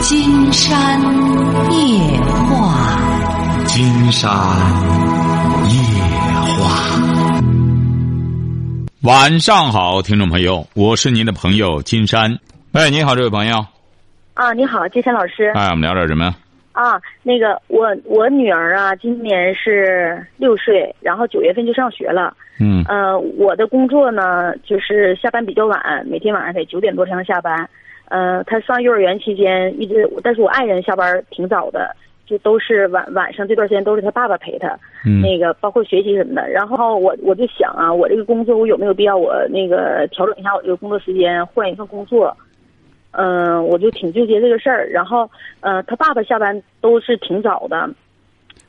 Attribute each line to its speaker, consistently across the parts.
Speaker 1: 金山夜话。
Speaker 2: 金山夜话。晚上好，听众朋友，我是您的朋友金山。哎，你好，这位朋友。
Speaker 3: 啊，你好，金山老师
Speaker 2: 哎，我们聊点什么？
Speaker 3: 啊，那个我我女儿啊，今年是六岁，然后九月份就上学了。
Speaker 2: 嗯
Speaker 3: 呃，我的工作呢，就是下班比较晚，每天晚上得九点多才能下班。呃，她上幼儿园期间一直，但是我爱人下班挺早的，就都是晚晚上这段时间都是她爸爸陪她。
Speaker 2: 嗯
Speaker 3: 那个包括学习什么的。然后我我就想啊，我这个工作我有没有必要我那个调整一下我这个工作时间，换一份工作？嗯、我就挺纠结这个事儿。然后呃，他爸爸下班都是挺早的，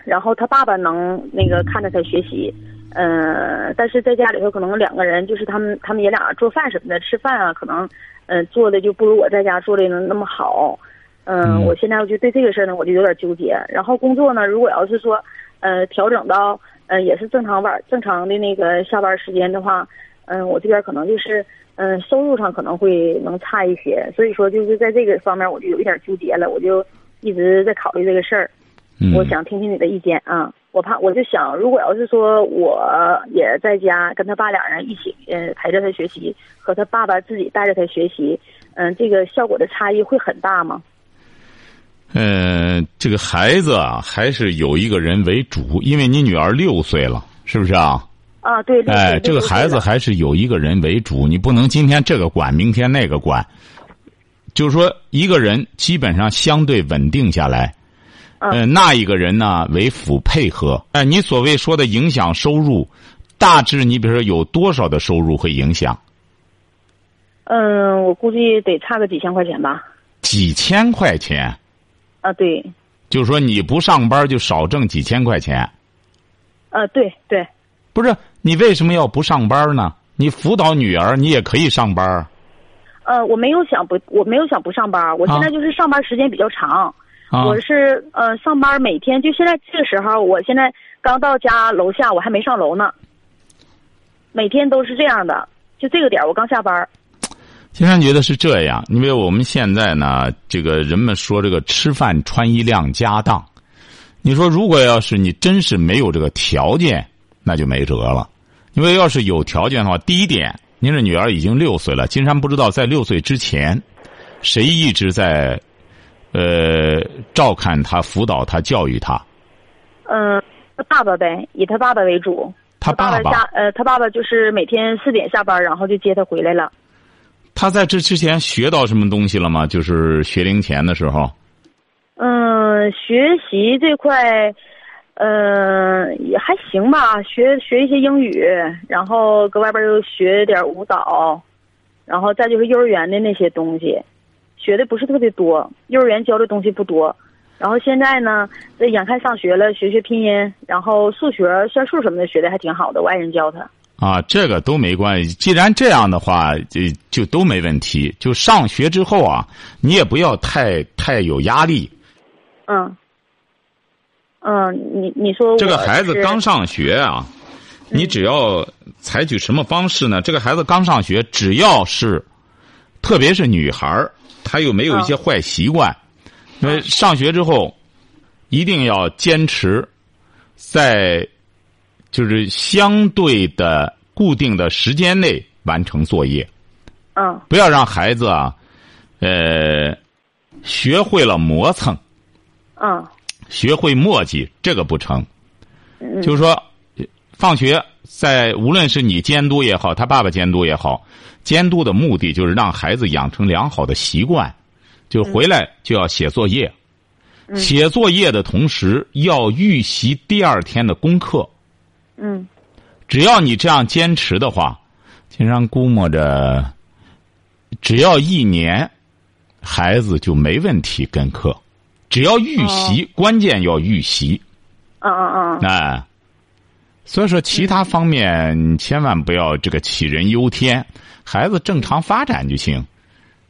Speaker 3: 然后他爸爸能那个看着他学习。呃，但是在家里头可能两个人就是他们他们爷俩做饭什么的，吃饭啊，可能呃做的就不如我在家做的那那么好。
Speaker 2: 嗯
Speaker 3: 嗯，我现在我就对这个事儿呢，我就有点纠结。然后工作呢，如果要是说呃调整到呃也是正常晚正常的那个下班时间的话，嗯、我这边可能就是嗯、呃收入上可能会能差一些，所以说就是在这个方面我就有一点纠结了，我就一直在考虑这个事儿。
Speaker 2: 嗯，
Speaker 3: 我想听听你的意见啊。我怕我就想，如果要是说我也在家跟他爸俩人一起，呃，陪着他学习，和他爸爸自己带着他学习，嗯、这个效果的差异会很大吗？
Speaker 2: 呃，这个孩子啊，还是有一个人为主，因为你女儿六岁了，是不是啊？
Speaker 3: 啊，对，六岁
Speaker 2: 哎，
Speaker 3: 六
Speaker 2: 这个
Speaker 3: 岁
Speaker 2: 孩子
Speaker 3: 了
Speaker 2: 还是有一个人为主，你不能今天这个管，明天那个管。就是说，一个人基本上相对稳定下来，
Speaker 3: 嗯
Speaker 2: 呃，那一个人呢为辅配合。哎、你所谓说的影响收入，大致你比如说有多少的收入会影响？
Speaker 3: 嗯，我估计得差个几千块钱吧。
Speaker 2: 几千块钱，
Speaker 3: 啊，对，
Speaker 2: 就是说你不上班就少挣几千块钱。
Speaker 3: 啊，对对，
Speaker 2: 不是你为什么要不上班呢？你辅导女儿，你也可以上班啊。
Speaker 3: 呃，我没有想不，我没有想不上班，我现在
Speaker 2: 啊
Speaker 3: 就是上班时间比较长，
Speaker 2: 啊
Speaker 3: 我是呃上班每天就现在这个时候，我现在刚到家楼下，我还没上楼呢。每天都是这样的，就这个点儿我刚下班儿。
Speaker 2: 金山觉得是这样，因为我们现在呢，这个人们说这个吃饭穿衣量家当，你说如果要是你真是没有这个条件，那就没辙了。因为要是有条件的话，第一点，您这女儿已经六岁了，金山不知道在六岁之前，谁一直在，呃，照看她、辅导她、教育她。
Speaker 3: 嗯、他爸爸呗，以他爸爸为主。
Speaker 2: 她爸
Speaker 3: 爸下呃，他爸爸就是每天四点下班，然后就接他回来了。
Speaker 2: 她在这之前学到什么东西了吗？就是学龄前的时候。
Speaker 3: 嗯、学习这块，呃，也还行吧，学学一些英语，然后搁外边又学点儿舞蹈，然后再就是幼儿园的那些东西，学的不是特别多，幼儿园教的东西不多。然后现在呢，这眼看上学了，学学拼音，然后数学、算术什么的学的还挺好的，我爱人教他。
Speaker 2: 啊，这个都没关系。既然这样的话，就就都没问题。就上学之后啊，你也不要太太有压力。
Speaker 3: 嗯，嗯，你你说
Speaker 2: 这个
Speaker 3: 我
Speaker 2: 孩子
Speaker 3: 是
Speaker 2: 刚上学啊，你只要采取什么方式呢？这个孩子刚上学，只要是，特别是女孩儿，她又没有一些坏习惯，因为上学之后，一定要坚持，在就是相对的固定的时间内完成作业。
Speaker 3: 嗯
Speaker 2: 不要让孩子啊，呃，学会了磨蹭，
Speaker 3: 嗯
Speaker 2: 学会墨迹，这个不成。
Speaker 3: 嗯
Speaker 2: 就是说，呃放学在无论是你监督也好，他爸爸监督也好，监督的目的就是让孩子养成良好的习惯，就回来就要写作业。写作业的同时，要预习第二天的功课。
Speaker 3: 嗯
Speaker 2: 只要你这样坚持的话，经常估摸着，只要一年，孩子就没问题跟课。只要预习，关键要预习，
Speaker 3: 嗯嗯嗯，
Speaker 2: 哎。所以说，其他方面你千万不要这个杞人忧天，孩子正常发展就行。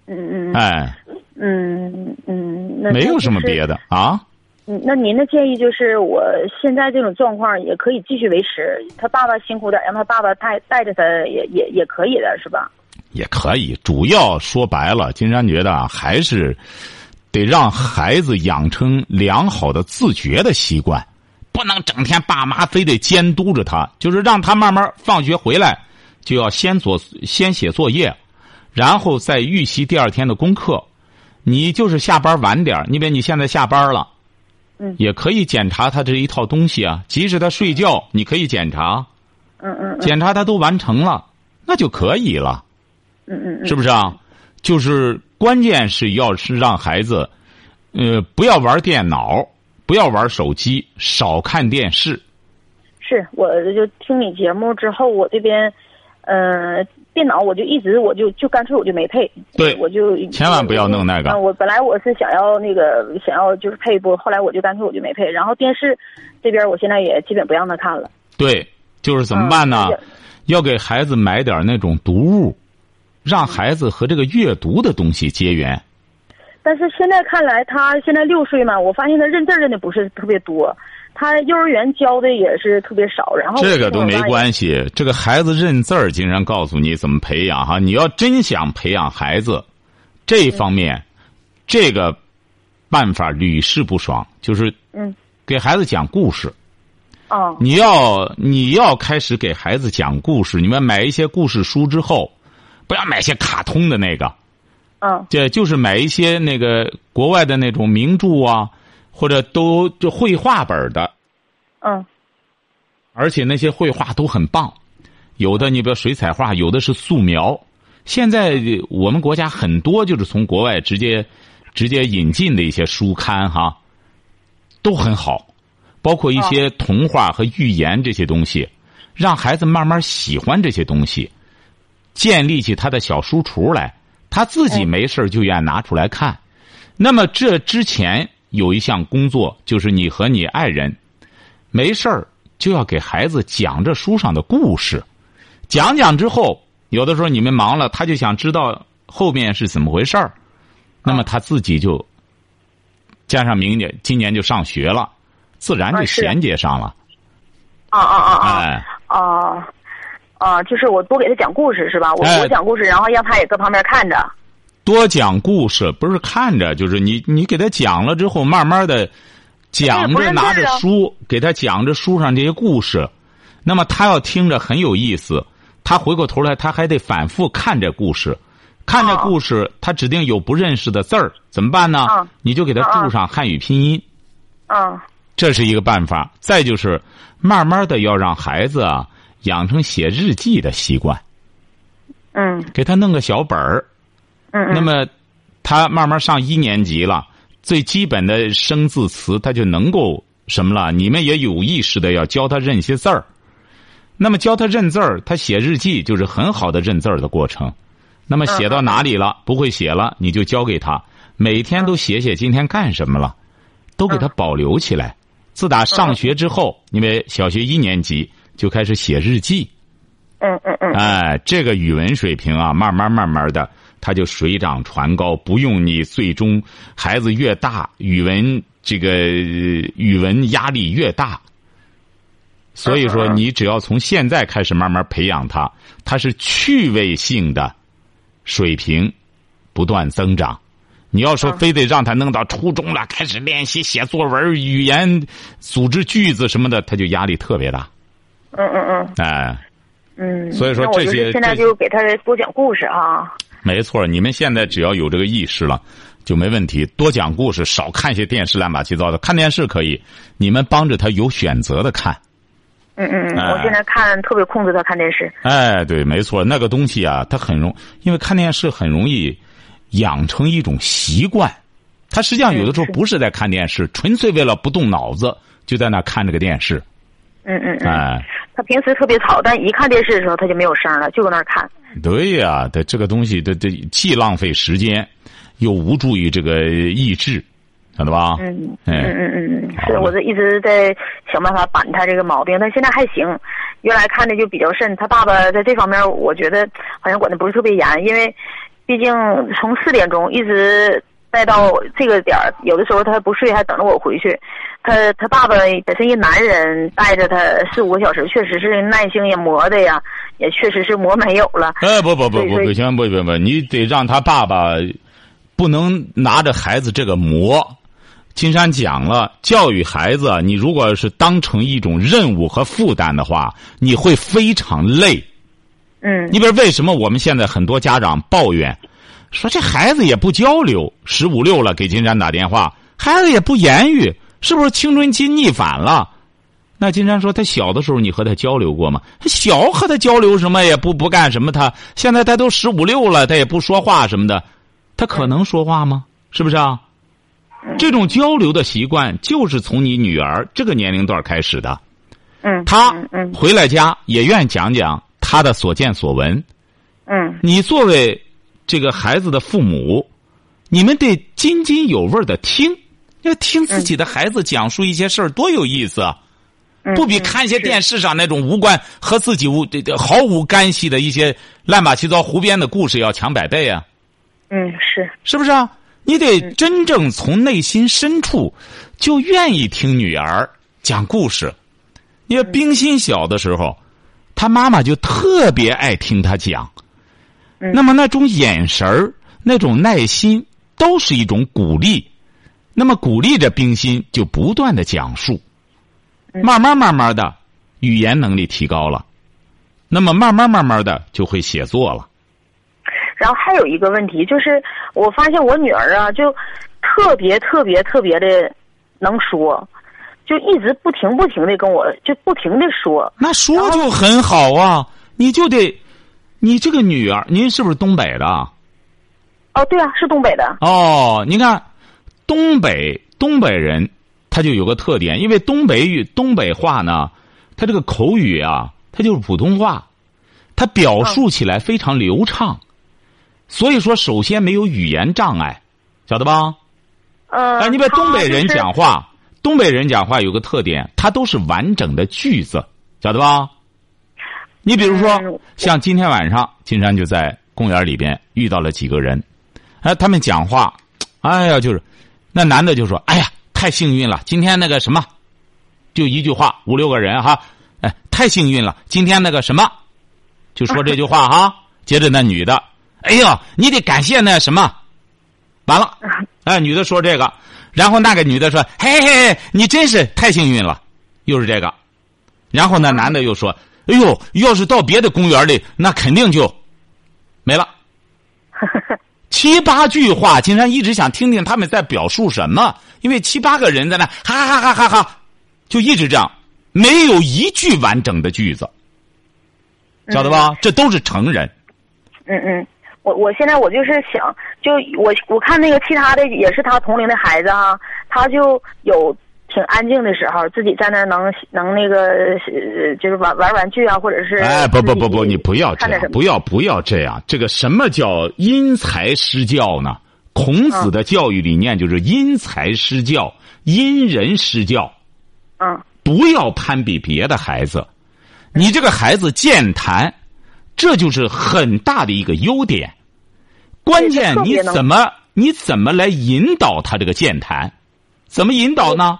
Speaker 2: 嗯嗯。哎，
Speaker 3: 嗯嗯，那
Speaker 2: 没有什么
Speaker 3: 那就是
Speaker 2: 别的啊。
Speaker 3: 嗯，那您的建议就是，我现在这种状况也可以继续维持。他爸爸辛苦点，让他爸爸带带着他也也也可以的，是吧？
Speaker 2: 也可以。主要说白了，金山觉得啊，还是得让孩子养成良好的自觉的习惯，不能整天爸妈非得监督着他，就是让他慢慢放学回来就要先做先写作业，然后再预习第二天的功课。你就是下班晚点儿因为你现在下班了，
Speaker 3: 嗯
Speaker 2: 也可以检查他这一套东西啊。即使他睡觉，你可以检查，
Speaker 3: 嗯嗯嗯
Speaker 2: 检查他都完成了，那就可以了。
Speaker 3: 嗯嗯嗯，
Speaker 2: 是不是啊？就是关键是要是让孩子，呃，不要玩电脑，不要玩手机，少看电视。
Speaker 3: 是，我就听你节目之后，我这边，呃，电脑我就一直我就就干脆我就没配，
Speaker 2: 对
Speaker 3: 我就
Speaker 2: 千万不要弄那个
Speaker 3: 嗯我本来我是想要那个想要就是配一波，后来我就干脆我就没配。然后电视这边我现在也基本不让他看了。
Speaker 2: 对，就是怎么办呢？
Speaker 3: 嗯是
Speaker 2: 要给孩子买点那种读物，让孩子和这个阅读的东西结缘。
Speaker 3: 但是现在看来，他现在六岁嘛，我发现他认字认的不是特别多，他幼儿园教的也是特别少。然后
Speaker 2: 这个都没
Speaker 3: 系。
Speaker 2: 关系。这个孩子认字儿，竟然告诉你怎么培养哈！你要真想培养孩子，这方面，这个办法屡试不爽，就是
Speaker 3: 嗯，
Speaker 2: 给孩子讲故事。
Speaker 3: 哦，
Speaker 2: 你要你要开始给孩子讲故事，你们买一些故事书之后，不要买些卡通的那个，
Speaker 3: 嗯
Speaker 2: 这就是买一些那个国外的那种名著啊，或者都就绘画本的，
Speaker 3: 嗯
Speaker 2: 而且那些绘画都很棒，有的你比如水彩画，有的是素描。现在呃我们国家很多就是从国外直接直接引进的一些书刊哈，都很好，包括一些童话和寓言这些东西，让孩子慢慢喜欢这些东西，建立起他的小书橱来，他自己没事儿就愿拿出来看。那么这之前有一项工作，就是你和你爱人没事儿就要给孩子讲这书上的故事，讲讲之后，有的时候你们忙了，他就想知道后面是怎么回事儿，那么他自己就加上明年今年就上学了，自然就
Speaker 3: 啊是
Speaker 2: 衔接上了，
Speaker 3: 啊啊啊啊！
Speaker 2: 哎，
Speaker 3: 哦，哦，就是我多给他讲故事是吧？我
Speaker 2: 哎
Speaker 3: 多讲故事，然后让他也搁旁边看着。
Speaker 2: 多讲故事，不是看着，就是你你给他讲了之后，慢慢的讲
Speaker 3: 不
Speaker 2: 着
Speaker 3: 认字
Speaker 2: 拿着
Speaker 3: 啊
Speaker 2: 书给他讲着书上这些故事，那么他要听着很有意思，他回过头来他还得反复看这故事，看这
Speaker 3: 哦
Speaker 2: 故事他指定有不认识的字儿，怎么办呢
Speaker 3: 嗯？
Speaker 2: 你就给他
Speaker 3: 嗯嗯
Speaker 2: 注上汉语拼音，
Speaker 3: 嗯
Speaker 2: 这是一个办法。再就是慢慢的要让孩子啊养成写日记的习惯，
Speaker 3: 嗯
Speaker 2: 给他弄个小本儿。
Speaker 3: 嗯嗯。
Speaker 2: 那么，他慢慢上一年级了，最基本的生字词他就能够什么了。你们也有意识的要教他认些字儿。那么教他认字儿，他写日记就是很好的认字儿的过程。那么写到哪里
Speaker 3: 嗯
Speaker 2: 了，不会写了，你就交给他，每天都写写今天干什么了，都给他
Speaker 3: 嗯
Speaker 2: 保留起来。自打上学之后，因为小学一年级就开始写日记，
Speaker 3: 嗯嗯嗯。
Speaker 2: 哎，这个语文水平啊，慢慢慢慢的，他就水涨船高，不用你最终孩子越大，语文这个呃语文压力越大。所以说，
Speaker 3: 嗯嗯嗯
Speaker 2: 你只要从现在开始慢慢培养他，他是趣味性的水平不断增长。你要说
Speaker 3: 嗯
Speaker 2: 非得让他弄到初中了，开始练习写作文、语言、组织句子什么的，他就压力特别大。
Speaker 3: 嗯嗯嗯
Speaker 2: 哎，
Speaker 3: 嗯，
Speaker 2: 所以说
Speaker 3: 那我
Speaker 2: 这
Speaker 3: 就是
Speaker 2: 些
Speaker 3: 现在
Speaker 2: 这些
Speaker 3: 就给他多讲故事啊。
Speaker 2: 没错，你们现在只要有这个意识了，就没问题。多讲故事，少看些电视乱八七糟的。看电视可以，你们帮着他有选择的看。
Speaker 3: 嗯嗯嗯，
Speaker 2: 哎
Speaker 3: 我现在看特别控制他看电视。
Speaker 2: 哎，对，没错，那个东西啊，它很容，因为看电视很容易养成一种习惯。他实际上有的时候不是在看电视，纯粹为了不动脑子，就在那看这个电视。
Speaker 3: 嗯嗯嗯，
Speaker 2: 哎，
Speaker 3: 他平时特别吵，但一看电视的时候他就没有声了，就搁那儿看。
Speaker 2: 对呀、对这个东西，这这既浪费时间，又无助于这个意志，晓得吧？
Speaker 3: 嗯
Speaker 2: 哎
Speaker 3: 嗯嗯嗯嗯，
Speaker 2: 好
Speaker 3: 是，
Speaker 2: 的
Speaker 3: 我这一直在想办法板他这个毛病，但现在还行。原来看的就比较慎，他爸爸在这方面，我觉得好像管的不是特别严，因为毕竟从四点钟一直待到这个点儿，有的时候他不睡，还等着我回去。他他爸爸本身一男人，带着他四五个小时，确实是耐性也磨的呀，也确实是磨没有了。
Speaker 2: 哎，不不不
Speaker 3: 所以
Speaker 2: 不
Speaker 3: 说
Speaker 2: 不行，不不不，你得让他爸爸不能拿着孩子这个磨。金山讲了，教育孩子，啊你如果是当成一种任务和负担的话，你会非常累。
Speaker 3: 嗯
Speaker 2: 你比如为什么我们现在很多家长抱怨，说这孩子也不交流，十五六了给金山打电话，孩子也不言语，是不是青春期逆反了？那金山说，他小的时候你和他交流过吗？小和他交流什么也不不干什么他，现在他都十五六了，他也不说话什么的，他可能说话吗？是不是啊？这种交流的习惯就是从你女儿这个年龄段开始的。
Speaker 3: 嗯，
Speaker 2: 他
Speaker 3: 嗯嗯
Speaker 2: 回来家也愿讲讲他的所见所闻。
Speaker 3: 嗯
Speaker 2: 你作为这个孩子的父母，你们得津津有味的听，要听自己的孩子讲述一些事儿多有意思啊！
Speaker 3: 嗯，
Speaker 2: 不比看一些电视上那种无关和自己无这这毫无干系的一些乱八七糟胡编的故事要强百倍啊！
Speaker 3: 嗯是
Speaker 2: 是不是啊？你得真正从内心深处就愿意听女儿讲故事。因为冰心小的时候，她妈妈就特别爱听她讲，
Speaker 3: 嗯
Speaker 2: 那么那种眼神儿、那种耐心，都是一种鼓励。那么鼓励着冰心就不断的讲述，慢慢慢慢的，语言能力提高了，那么慢慢慢慢的就会写作了。
Speaker 3: 然后还有一个问题就是，我发现我女儿啊，就特别特别特别的能说，就一直不停不停的跟我就不停的说。
Speaker 2: 那说就很好啊，你就得，你这个女儿，您是不是东北的啊？
Speaker 3: 哦，对啊，是东北的。
Speaker 2: 哦，你看，东北东北人他就有个特点，因为东北语东北话呢，他这个口语啊，它就是普通话，它表述起来非常流畅，所以说首先没有语言障碍，晓得吧？
Speaker 3: 嗯、
Speaker 2: 哎，你别东北人讲
Speaker 3: 话。
Speaker 2: 话，东北人讲话有个特点，他都是完整的句子，晓得吧？你比如
Speaker 3: 嗯
Speaker 2: 说，像今天晚上，金山就在公园里边遇到了几个人，哎，他们讲话，哎呀，就是那男的就说：“哎呀，太幸运了，今天那个什么，就一句话，五六个人哈，哎，太幸运了，今天那个什么，就说这句话哈。 接着那女的，哎呦，你得感谢那什么，完了，哎，女的说这个，然后那个女的说：“嘿嘿嘿，你真是太幸运了。”又是这个，然后那男的又说：“哎呦，要是到别的公园里，那肯定就没了。”七八句话，金山一直想听听他们在表述什么，因为七八个人在那哈哈哈哈哈哈，就一直这样，没有一句完整的句子，晓得吧？这都是成人。
Speaker 3: 嗯嗯，我我现在我就是想，就我我看那个其他的也是他同龄的孩子哈、他就有挺安静的时候，自己在那儿能能那个呃就是玩玩玩具啊，或者是
Speaker 2: 哎，不不不不，
Speaker 3: 自己
Speaker 2: 你不要这
Speaker 3: 看点
Speaker 2: 样
Speaker 3: 什，么
Speaker 2: 不要不要这样。这个什么叫因材施教呢？孔子
Speaker 3: 嗯
Speaker 2: 的教育理念就是因材施教，因人施教，
Speaker 3: 嗯
Speaker 2: 不要攀比别的孩子。你这个孩子健谈，这就是很大的一个优点。关键
Speaker 3: 对这特
Speaker 2: 你
Speaker 3: 别能
Speaker 2: 怎么你怎么来引导他这个健谈？怎么引导呢？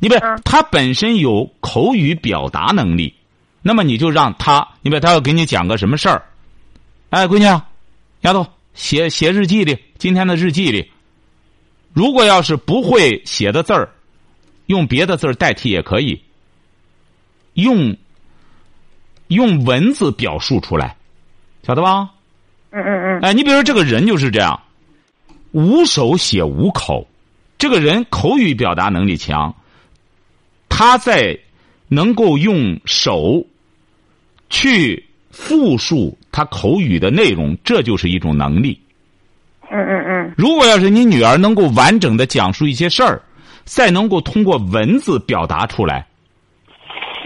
Speaker 2: 你不是
Speaker 3: 嗯
Speaker 2: 他本身有口语表达能力，那么你就让他，你别他要给你讲个什么事儿，哎，闺女啊，丫头写写日记里，今天的日记里，如果要是不会写的字儿，用别的字儿代替也可以，用用文字表述出来，晓得吧？
Speaker 3: 嗯嗯嗯
Speaker 2: 哎，你比如说这个人就是这样，无手写无口，这个人口语表达能力强，他在能够用手去复述他口语的内容，这就是一种能力。
Speaker 3: 嗯嗯嗯
Speaker 2: 如果要是你女儿能够完整的讲述一些事儿，再能够通过文字表达出来，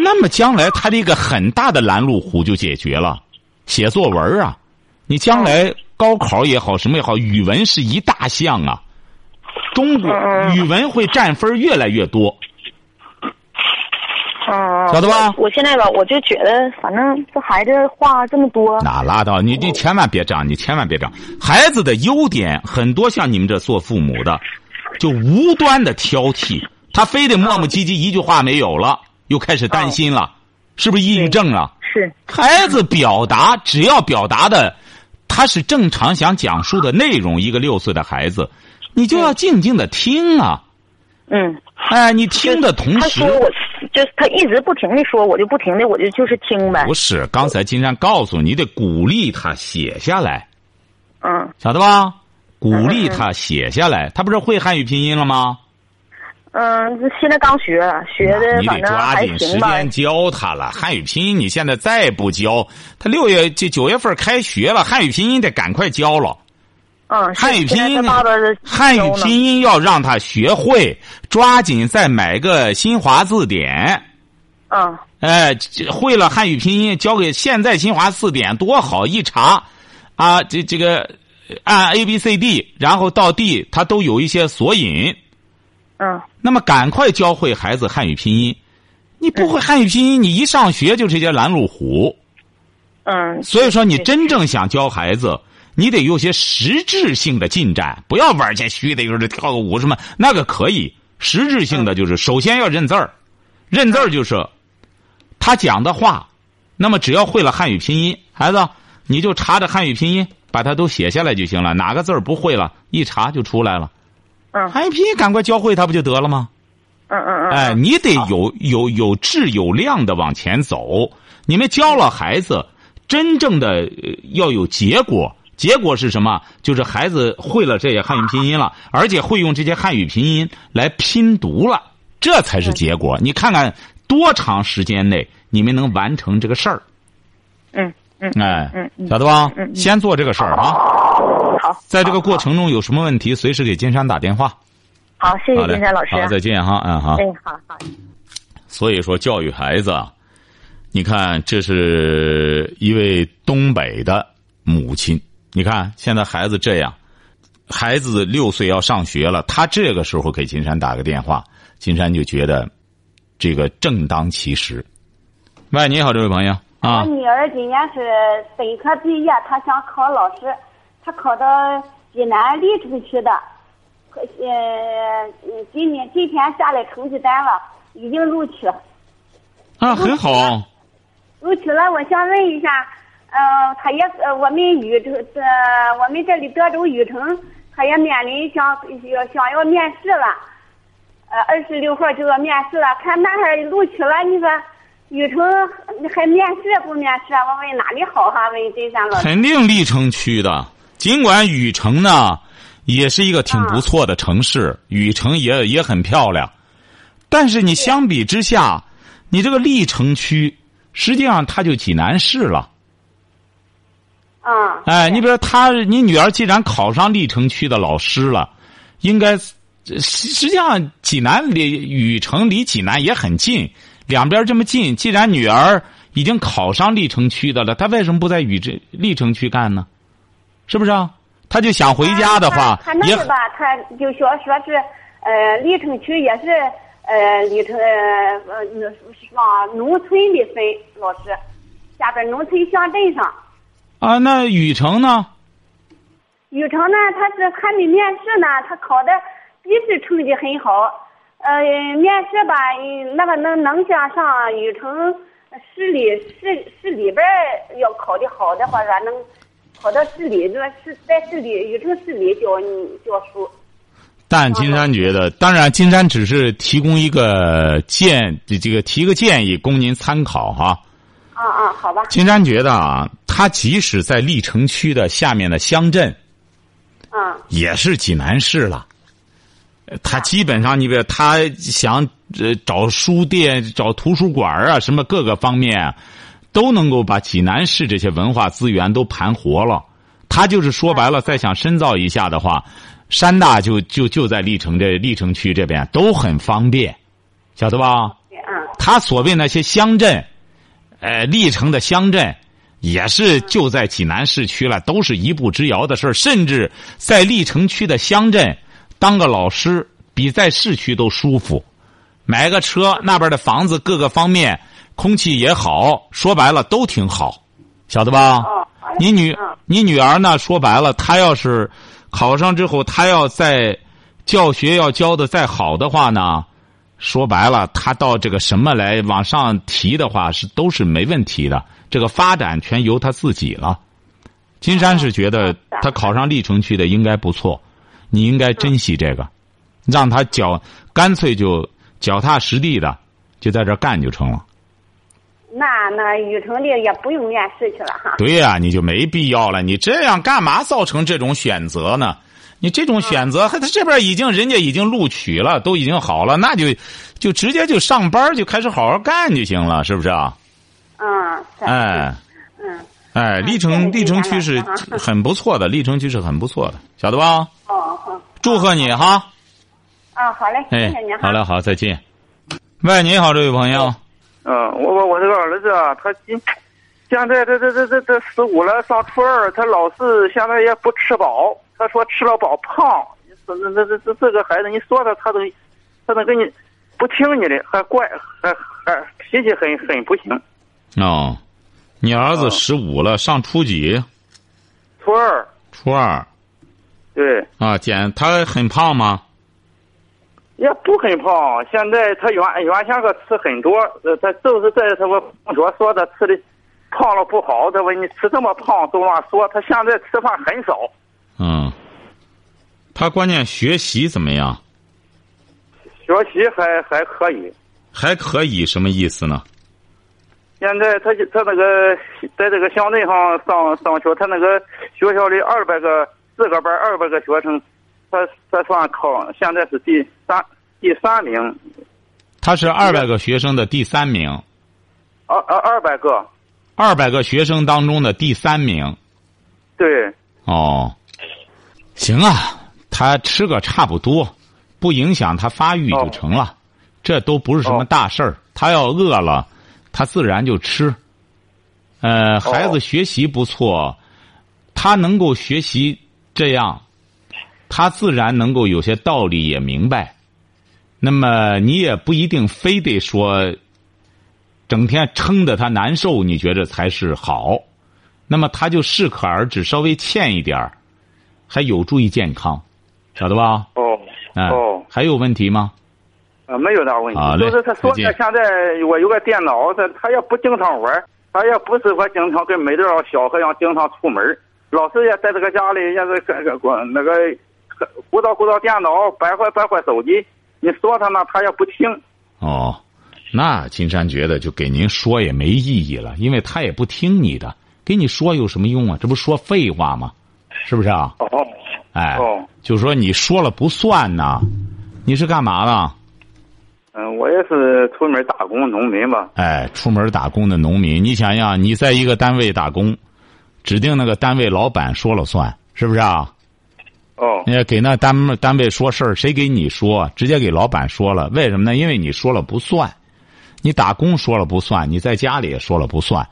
Speaker 2: 那么将来她的一个很大的拦路虎就解决了。写作文啊，你将来高考也好，什么也好，语文是一大项啊。中国
Speaker 3: 嗯嗯
Speaker 2: 语文会占分越来越多，
Speaker 3: 嗯，
Speaker 2: 晓得吧
Speaker 3: 我现在吧，我就觉得反正这孩子话这么多，
Speaker 2: 那拉倒，你你千万别这样，你千万别这样。孩子的优点很多，像你们这做父母的，就无端的挑剔，他非得磨磨唧唧，一句话没有了，又开始担心啊了，是不是抑郁症了？
Speaker 3: 是
Speaker 2: 孩子表达只要表达的他是正常想讲述的内容，一个六岁的孩子，你就要静静的听啊。
Speaker 3: 嗯，
Speaker 2: 哎，你听的同
Speaker 3: 他
Speaker 2: 时
Speaker 3: 说，我就是他一直不停的说，我就不停的我就就是听呗
Speaker 2: 不。是刚才金山告诉你，得鼓励他写下来，
Speaker 3: 嗯
Speaker 2: 晓得吧？鼓励他写下来，他不是会汉语拼音了吗？
Speaker 3: 嗯，现在刚学，啊学的
Speaker 2: 你
Speaker 3: 反
Speaker 2: 得
Speaker 3: 正
Speaker 2: 抓
Speaker 3: 还
Speaker 2: 紧时
Speaker 3: 行吧
Speaker 2: 间。教他了。汉语拼音你现在再不教，他六月这九月份开学了，汉语拼音得赶快教了。
Speaker 3: 嗯，
Speaker 2: 汉语
Speaker 3: 现在
Speaker 2: 拼音
Speaker 3: 他爸爸
Speaker 2: 呢，汉语
Speaker 3: 教呢
Speaker 2: 拼音要让他学会，抓紧再买个新华字典。
Speaker 3: 嗯
Speaker 2: 哎，这会了汉语拼音，交给现在新华字典多好，一查，啊，这这个按 A B C D，然后到 D，它都有一些索引。
Speaker 3: 嗯
Speaker 2: 那么赶快教会孩子汉语拼音。你不会汉语拼音，你一上学就是一些拦路虎。
Speaker 3: 嗯，
Speaker 2: 所以说，你真正想教孩子，你得有些实质性的进展，不要玩儿些虚的，就是跳个舞什么那个可以。实质性的就是，首先要认字儿，认字儿就是他讲的话。那么只要会了汉语拼音，孩子你就查着汉语拼音，把它都写下来就行了。哪个字儿不会了，一查就出来了。
Speaker 3: 嗯
Speaker 2: 汉语拼音赶快教会他不就得了吗？
Speaker 3: 嗯嗯嗯，
Speaker 2: 哎，你得有有有质有量的往前走。你们教了孩子，真正的呃要有结果。结果是什么？就是孩子会了这些汉语拼音了，而且会用这些汉语拼音来拼读了，这才是结果。你看看多长时间内你们能完成这个事儿？
Speaker 3: 嗯嗯
Speaker 2: 哎
Speaker 3: 嗯，嗯
Speaker 2: 晓得吧
Speaker 3: 嗯？嗯
Speaker 2: 先做这个事儿啊，
Speaker 3: 好，
Speaker 2: 在这个过程中有什么问题，随时给金山打电话。
Speaker 3: 好，谢
Speaker 2: 好
Speaker 3: 谢
Speaker 2: 嘞
Speaker 3: 金山老师
Speaker 2: 好，
Speaker 3: 啊。
Speaker 2: 再见哈，嗯好。
Speaker 3: 哎，好好。
Speaker 2: 所以说，教育孩子，啊，你看，这是一位东北的母亲。你看，现在孩子这样，孩子六岁要上学了，他这个时候给金山打个电话，金山就觉得这个正当其时。喂，你好，这位朋友
Speaker 4: 我
Speaker 2: 啊，
Speaker 4: 女儿今年是本科毕业，她想考老师，她考到济南利城区的，呃，嗯今年今天下来成绩单了，已经录取，
Speaker 2: 啊，很好，
Speaker 4: 录取了。我想问一下，呃，她也呃，我们禹城呃，我们这里德州禹城，她也面临想要想要面试了，呃，二十六号就要面试了，看那还录取了，你说禹城还面试不面试啊？我问哪里好哈、问金山老师。
Speaker 2: 肯定历城区的。尽管禹城呢，也是一个挺不错的城市，禹城也也很漂亮，但是你相比之下，你这个历城区，实际上它就济南市了。
Speaker 4: 嗯，
Speaker 2: 哎，你比如她，你女儿既然考上历城区的老师了，应该实实际上济南离禹城离济南也很近，两边这么近，既然女儿已经考上历城区的了，她为什么不在禹这历城区干呢？是不是啊？她就想回家的话
Speaker 4: 他他啊那
Speaker 2: 也
Speaker 4: 个吧，他就说说是，呃，历城区也是，呃，历城呃呃往农村里分，老师，下边农村乡镇上，
Speaker 2: 啊，那禹城呢？
Speaker 4: 禹城呢，他是还没面试呢，他考的笔试成绩很好，呃，面试吧，嗯那个能能想上禹城市里市市里边儿要考的好的话，咱能考到市里，那是在市里禹城市里教你教书。
Speaker 2: 但金山觉得，当然，金山只是提供一个建，这这个提个建议供您参考哈、
Speaker 4: 啊啊，好吧，
Speaker 2: 金山觉得啊，他即使在历城区的下面的乡镇，
Speaker 4: 嗯。
Speaker 2: 也是济南市了。呃他基本上，你比如他想呃找书店、找图书馆啊，什么各个方面，啊都能够把济南市这些文化资源都盘活了。他就是说白了，再想深造一下的话，山大就就就在历城这历城区这边都很方便，晓得吧？
Speaker 4: 嗯
Speaker 2: 他所谓那些乡镇，呃，历城的乡镇，也是就在济南市区了，都是一步之遥的事儿。甚至在历城区的乡镇，当个老师比在市区都舒服。买个车，那边的房子各个方面，空气也好，说白了都挺好，晓得吧？
Speaker 4: 哦
Speaker 2: 你女
Speaker 4: 嗯
Speaker 2: 你女儿呢？说白了，她要是考上之后，她要在教学要教的再好的话呢，说白了，她到这个什么来往上提的话，是都是没问题的。这个发展全由她自己了。金山是觉得他考上历城区的应该不错，你应该珍惜这个，让他脚干脆就脚踏实地的就在这儿干就成了。
Speaker 5: 那那禹城的也不用面试去了哈。
Speaker 2: 对呀、你就没必要了。你这样干嘛造成这种选择呢？你这种选择，
Speaker 5: 啊
Speaker 2: 还他这边已经人家已经录取了，都已经好了，那就就直接就上班就开始好好干就行了，是不是啊？
Speaker 5: 嗯，是
Speaker 2: 哎
Speaker 5: 嗯，
Speaker 2: 哎，
Speaker 5: 谢
Speaker 2: 历
Speaker 5: 谢
Speaker 2: 城历城
Speaker 5: 谢
Speaker 2: 区
Speaker 5: 谢
Speaker 2: 是
Speaker 5: 大家啊
Speaker 2: 很不错的，历城区是很不错的，晓得吧？
Speaker 5: 哦好，
Speaker 2: 祝贺你哈！
Speaker 4: 哦
Speaker 5: 啊好嘞，谢
Speaker 2: 哎
Speaker 5: 谢您，哈。哎
Speaker 2: 好嘞，好，再见。喂，你好，这位朋友，
Speaker 6: 嗯，我我我这个儿子啊，他今现在这这这这这十五了，上初二，他老是现在也不吃饱。他说吃了饱胖，那那这这这个孩子，你说他他都他都跟你不听你的，还怪还还脾气很很不行。
Speaker 2: 哦，你儿子
Speaker 6: 哦
Speaker 2: 十五了，上初几？
Speaker 6: 初二，
Speaker 2: 初二
Speaker 6: 对，
Speaker 2: 啊，减他很胖吗？
Speaker 6: 也不很胖。现在他原原先个吃很多，呃，他就是在他我同学说的吃的胖了不好，他说你吃这么胖都乱说。他现在吃饭很少。
Speaker 2: 嗯，他关键学习怎么样？
Speaker 6: 学习还还可以。
Speaker 2: 还可以，什么意思呢？
Speaker 6: 现在他就他那个在这个乡镇上上上学，他那个学校里二百个四个班二百个学生，他他算考现在是第三第三名，
Speaker 2: 他是二百个学生的第三名，
Speaker 6: 二二二百个，
Speaker 2: 二百个学生当中的第三名。
Speaker 6: 对，
Speaker 2: 哦，行啊，他吃个差不多，不影响他发育就成了，这都不是什么大事儿。他要饿了，他自然就吃。呃，孩子学习不错，他能够学习这样，他自然能够有些道理也明白。那么你也不一定非得说，整天撑得他难受，你觉着才是好。那么他就适可而止，稍微欠一点儿，还有助于健康，晓得吧？
Speaker 6: 哦
Speaker 2: 哎、
Speaker 6: 哦，
Speaker 2: 还有问题吗？
Speaker 6: 呃，没有啥问题
Speaker 2: 好，啊嘞
Speaker 6: 就是他说
Speaker 2: 再
Speaker 6: 的
Speaker 2: 见
Speaker 6: 现在我有个电脑，他他也不经常玩，他也不是说经常跟没多少小孩一样经常出门，老是也在这个家里也是跟跟跟那个鼓捣鼓捣电脑，掰坏掰坏手机，你说他呢，他也不听。
Speaker 2: 哦，那金山觉得就给您说也没意义了，因为他也不听你的，给你说有什么用啊？这不说废话吗？是不是啊？
Speaker 6: 哦
Speaker 2: 哎，
Speaker 6: 哦，
Speaker 2: 就说你说了不算呐，你是干嘛的？
Speaker 6: 嗯，我也是出门打工，农民吧。
Speaker 2: 哎，出门打工的农民，你想想，你在一个单位打工，指定那个单位老板说了算，是不是啊？
Speaker 6: 哦
Speaker 2: 哎，给那单位单位说事儿，谁给你说？直接给老板说了，为什么呢？因为你说了不算，你打工说了不算，你在家里也说了不算，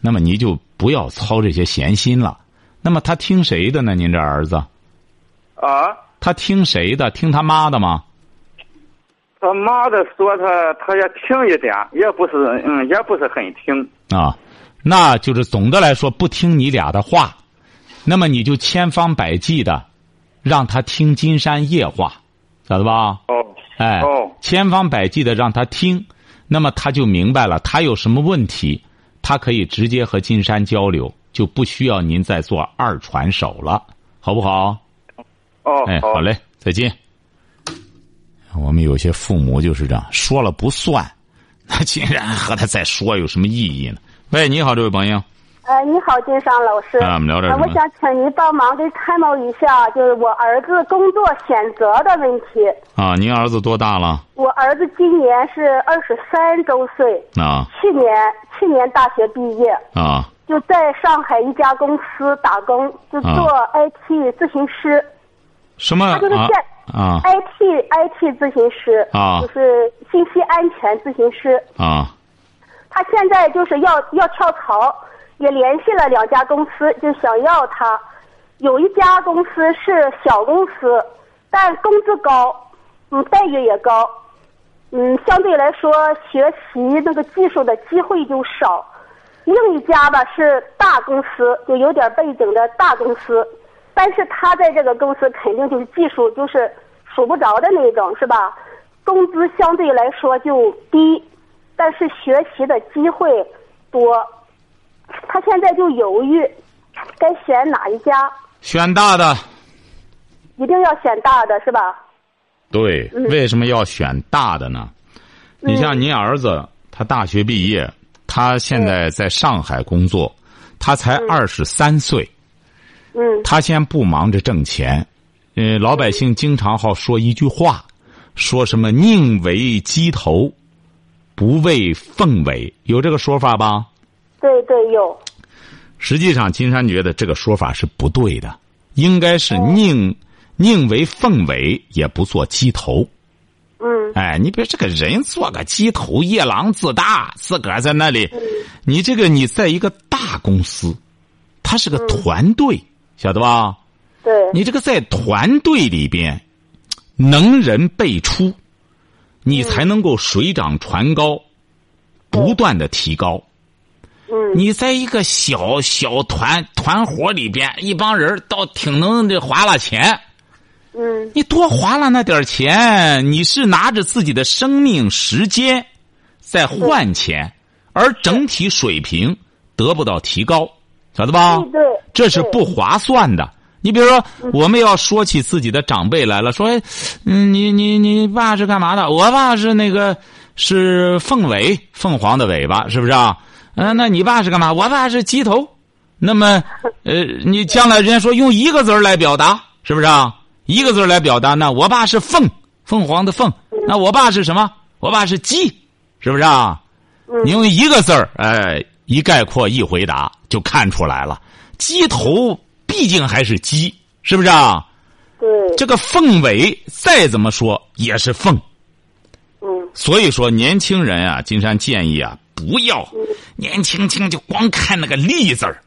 Speaker 2: 那么你就不要操这些闲心了。那么他听谁的呢？您这儿子，
Speaker 6: 啊，
Speaker 2: 他听谁的？听他妈的吗？
Speaker 6: 他妈的说他，他也听一点，也不是，嗯，也不是很听。
Speaker 2: 啊，那就是总的来说不听你俩的话，那么你就千方百计的让他听金山夜话，晓得吧？
Speaker 6: 哦
Speaker 2: 哎，
Speaker 6: 哦
Speaker 2: 千方百计的让他听，那么他就明白了，他有什么问题，他可以直接和金山交流，就不需要您再做二传手了，好不好？
Speaker 6: 哦，
Speaker 2: 哎，好嘞，再见。我们有些父母就是这样，说了不算， 那竟然和他再说有什么意义呢？喂，你好，这位朋友，
Speaker 4: 呃，你好，金商老师。
Speaker 2: 啊我们聊点什
Speaker 4: 呃
Speaker 2: 么
Speaker 4: 我想请您帮忙给参谋一下，就是我儿子工作选择的问题。
Speaker 2: 啊，您儿子多大了？
Speaker 4: 我儿子今年是二十三周岁，
Speaker 2: 啊
Speaker 4: 去年去年大学毕业，
Speaker 2: 啊
Speaker 4: 就在上海一家公司打工，就
Speaker 2: 啊
Speaker 4: 做 IT 咨询师、
Speaker 2: 什么
Speaker 4: 他就是
Speaker 2: 啊
Speaker 4: 现
Speaker 2: 啊
Speaker 4: i t IT 咨询师，
Speaker 2: 啊
Speaker 4: 就是信息安全咨询师。
Speaker 2: 啊
Speaker 4: 他现在就是要要跳槽，也联系了两家公司，就想要他。有一家公司是小公司，但工资高，嗯，待遇也高，嗯，相对来说学习那个技术的机会就少。另一家吧是大公司，就有点背景的大公司，但是他在这个公司肯定就是技术就是数不着的那种，是吧？工资相对来说就低，但是学习的机会多。他现在就犹豫，该选哪一家？
Speaker 2: 选大的。
Speaker 4: 一定要选大的是吧？
Speaker 2: 对，为什么要选大的呢？你像您儿子，他大学毕业，他现在在上海工作，他才二十三岁，
Speaker 4: 嗯
Speaker 2: 他先不忙着挣钱。呃，老百姓经常好说一句话，说什么“宁为鸡头，不为凤尾”，有这个说法吧？
Speaker 4: 对对有，
Speaker 2: 实际上，金山觉得这个说法是不对的，应该是宁、宁为凤尾，也不做鸡头。
Speaker 4: 嗯
Speaker 2: 哎，你别这个人做个鸡头，夜郎自大，自个儿在那里。你这个你在一个大公司，它是个团队，晓得吧？
Speaker 4: 对，
Speaker 2: 你这个在团队里边，能人辈出，你才能够水涨船高，不断的提高。
Speaker 4: 嗯
Speaker 2: 你在一个小小团团伙里边，一帮人倒挺能这划拉钱，
Speaker 4: 嗯
Speaker 2: 你多划拉那点钱，你是拿着自己的生命时间在换钱，而整体水平得不到提高，晓得吧？
Speaker 4: 对对，
Speaker 2: 这是不划算的。你比如说，我们要说起自己的长辈来了，说，哎嗯，你你你爸是干嘛的？我爸是那个是凤尾，凤凰的尾巴，是不是啊？嗯、那你爸是干嘛？我爸是鸡头。那么，呃，你将来人家说用一个字儿来表达，是不是啊？一个字儿来表达，那我爸是凤，凤凰的凤。那我爸是什么？我爸是鸡，是不是啊？你用一个字儿，哎，一概括一回答就看出来了。鸡头毕竟还是鸡，是不是啊？
Speaker 4: 对，
Speaker 2: 这个凤尾再怎么说也是凤，
Speaker 4: 嗯
Speaker 2: 所以说年轻人啊，金山建议啊，不要年轻轻就光看那个利字儿，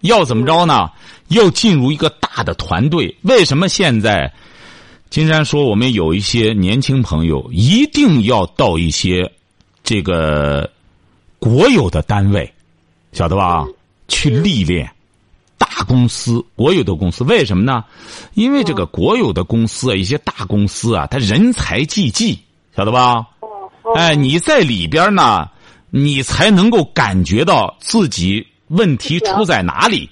Speaker 2: 要怎么着呢？要进入一个大的团队。为什么现在金山说我们有一些年轻朋友一定要到一些这个国有的单位，晓得吧？去历练。大公司，国有的公司，为什么呢？因为这个国有的公司啊，一些大公司啊，它人才济济，晓得吧？哎，你在里边呢，你才能够感觉到自己问题出在哪里。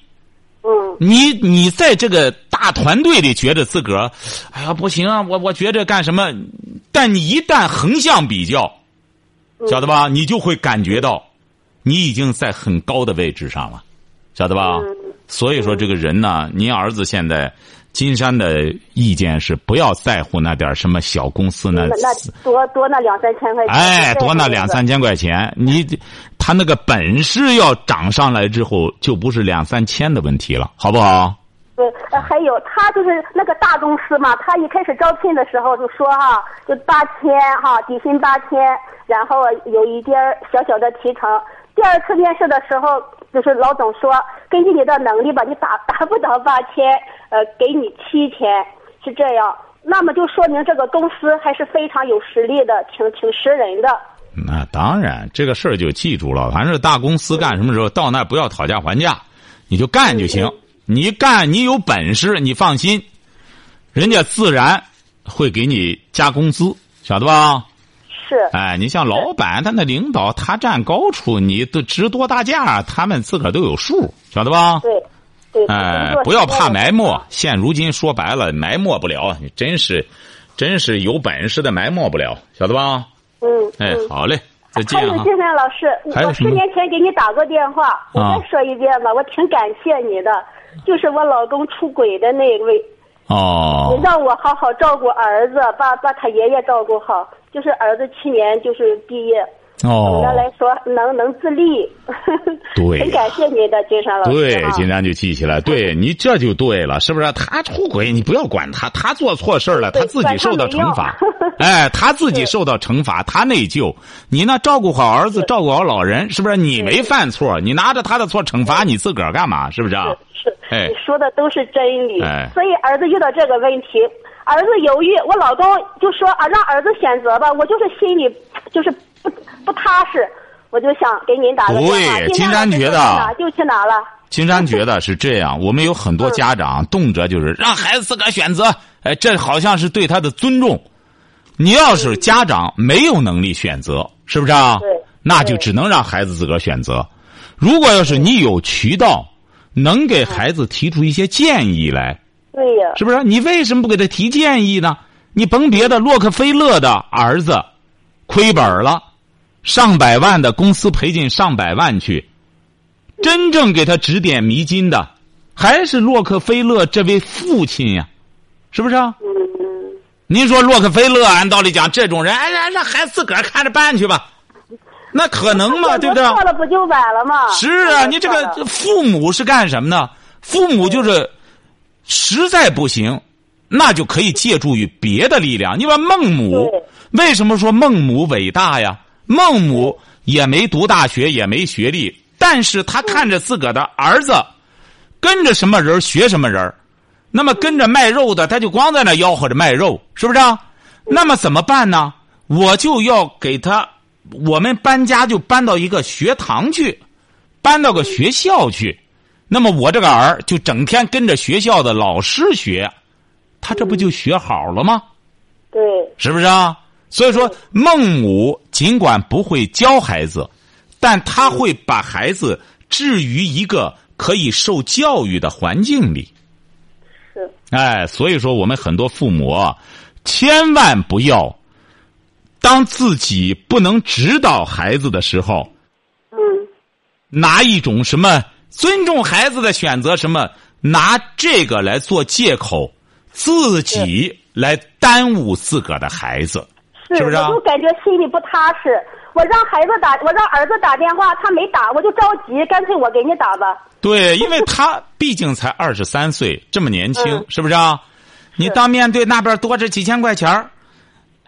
Speaker 4: 嗯
Speaker 2: 你你在这个大团队里觉得自个儿，哎呀不行啊，我我觉着干什么？但你一旦横向比较，晓得吧？你就会感觉到，你已经在很高的位置上了，晓得吧？所以说，这个人呢，您儿子现在金山的意见是不要在乎那点儿什么小公司
Speaker 4: 那
Speaker 2: 嗯那
Speaker 4: 那多多那两三千块钱，
Speaker 2: 哎，
Speaker 4: 对
Speaker 2: 多那两三千块钱，你他那个本事要涨上来之后，就不是两三千的问题了，好不好？
Speaker 4: 对，呃还有他就是那个大公司嘛，他一开始招聘的时候就说哈，就八千哈，底薪八千，然后有一点儿小小的提成。第二次面试的时候，就是老总说，根据你的能力吧，你 达达不到八千，呃，给你七千，是这样。那么就说明这个公司还是非常有实力的，挺挺识人的。
Speaker 2: 那当然，这个事儿就记住了。反正大公司干什么时候到那儿不要讨价还价，你就干就行。你一干，你有本事，你放心，人家自然会给你加工资，晓得吧？
Speaker 4: 是，
Speaker 2: 哎，你像老板，他那领导，他站高处，你都值多大价，他们自个儿都有数，晓得吧？
Speaker 4: 对， 对。
Speaker 2: 哎
Speaker 4: 工作，
Speaker 2: 不要
Speaker 4: 时间
Speaker 2: 怕埋没。
Speaker 4: 啊
Speaker 2: 现如今说白了，埋没不了，你真是，真是有本事的埋没不了，晓得吧？
Speaker 4: 嗯，
Speaker 2: 哎
Speaker 4: 嗯，
Speaker 2: 好嘞，再见
Speaker 4: 还有
Speaker 2: 哈。
Speaker 4: 金山老师，
Speaker 2: 还有
Speaker 4: 我
Speaker 2: 什
Speaker 4: 十
Speaker 2: 么
Speaker 4: 年前给你打过电话，我
Speaker 2: 啊
Speaker 4: 再说一遍吧，我挺感谢你的，就是我老公出轨的那一位，
Speaker 2: 哦
Speaker 4: 你，让我好好照顾儿子，把把他爷爷照顾好。就是儿子去年就是毕业，
Speaker 2: 哦
Speaker 4: 总的来说能能自立，
Speaker 2: 对呀
Speaker 4: 很感谢你的金山老师。
Speaker 2: 对，
Speaker 4: 啊
Speaker 2: 金山就记起来， 对你这就对了，是不是？他出轨，你不要管他，他做错事儿了，
Speaker 4: 对
Speaker 2: 他自己受到惩罚
Speaker 4: 管他没用。啊
Speaker 2: 哎，他自 己受到惩罚，他内疚。你呢，照顾好儿子，照顾好老人，是不是？你没犯错，你拿着他的错惩罚你自个儿干嘛？是不是啊？
Speaker 4: 是，
Speaker 2: 哎
Speaker 4: 你说的都是真理。
Speaker 2: 哎
Speaker 4: 所以儿子遇到这个问题，儿子犹豫，我老公就说啊，让儿子选择吧。我就是心里就是不不踏实，我就想给您打个电话。
Speaker 2: 对
Speaker 4: 今
Speaker 2: 金
Speaker 4: 天
Speaker 2: 山
Speaker 4: 儿
Speaker 2: 觉
Speaker 4: 子就
Speaker 2: 得
Speaker 4: 去哪就去哪了。
Speaker 2: 金山觉得是这样，我们有很多家长动辄就是让孩子自个儿选择，哎，这好像是对他的尊重。你要是家长没有能力选择，是不是啊
Speaker 4: 对？
Speaker 2: 那就只能让孩子自个儿选择。如果要是你有渠道，能给孩子提出一些建议来，
Speaker 4: 对呀，
Speaker 2: 是不是？你为什么不给他提建议呢？你甭别的，洛克菲勒的儿子亏本了，上百万的公司赔进上百万去，真正给他指点迷津的，还是洛克菲勒这位父亲呀、是不是啊？
Speaker 4: 嗯，
Speaker 2: 您说洛克菲勒，啊按道理讲，这种人，哎，让让孩子自个儿看着办去吧，那可能吗？对不对？啊
Speaker 4: 错了不就完了吗？
Speaker 2: 是啊，你这
Speaker 4: 错了
Speaker 2: 个父母是干什么呢？父母就是实在不行，那就可以借助于别的力量。你把孟母，为什么说孟母伟大呀？孟母也没读大学，也没学历，但是他看着自个儿的儿子跟着什么人儿学什么人儿，那么跟着卖肉的，他就光在那吆喝着卖肉，是不是、啊？那么怎么办呢？我就要给他，我们搬家就搬到一个学堂去，搬到个学校去。那么我这个儿就整天跟着学校的老师学，他这不就学好了吗？
Speaker 4: 对，
Speaker 2: 是不是啊？所以说，孟母尽管不会教孩子，但他会把孩子置于一个可以受教育的环境里。
Speaker 4: 是，
Speaker 2: 哎，所以说我们很多父母啊，千万不要当自己不能指导孩子的时候，
Speaker 4: 嗯，
Speaker 2: 拿一种什么尊重孩子的选择，什么拿这个来做借口，自己来耽误自个儿的孩子。
Speaker 4: 是
Speaker 2: 是不是啊
Speaker 4: 我就感觉心里不踏实。我让孩子打，我让儿子打电话，他没打，我就着急，干脆我给你打吧。
Speaker 2: 对，因为他毕竟才二十三岁，这么年轻，
Speaker 4: 嗯
Speaker 2: 是不是嗯啊？你当面对那边多着几千块钱儿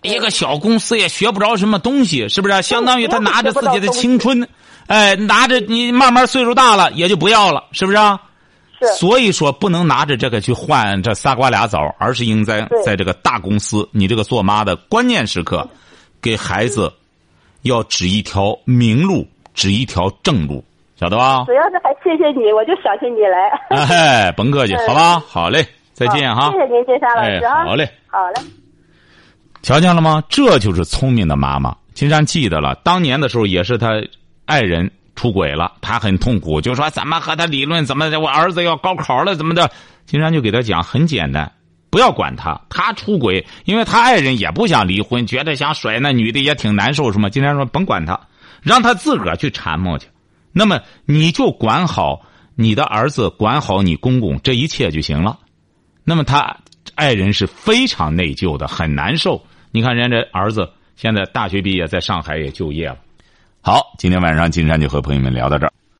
Speaker 2: 一个小公司也学不着什么东西，是不是啊、相当于他拿着自己的青春，哎，拿着你慢慢岁数大了也就不要了，是不是啊？
Speaker 4: 是，
Speaker 2: 所以说不能拿着这个去换这仨瓜俩枣儿，而是应该
Speaker 4: 对嗯
Speaker 2: 在这个大公司，你这个做妈的关键时刻，给孩子要指一条明路，指一条正路，晓得吧？
Speaker 4: 主要是还谢谢你，我就想起你来。
Speaker 2: 哎，甭客气，
Speaker 4: 嗯
Speaker 2: 好吧，好嘞，再见哈
Speaker 4: 好谢。谢您，金山老师啊。
Speaker 2: 哎好嘞，
Speaker 4: 好嘞。
Speaker 2: 瞧见了吗？这就是聪明的妈妈。金山记得了，当年的时候也是他爱人出轨了，他很痛苦，就说怎么和他理论，怎么的，我儿子要高考了，怎么的。金山就给他讲，很简单，不要管他，他出轨，因为他爱人也不想离婚，觉得想甩那女的也挺难受，什么。金山说甭管他，让他自个儿去缠磨去。那么你就管好你的儿子，管好你公公，这一切就行了。那么他爱人是非常内疚的，很难受。你看人家这儿子现在大学毕业，在上海也就业了。好，今天晚上金山就和朋友们聊到这儿。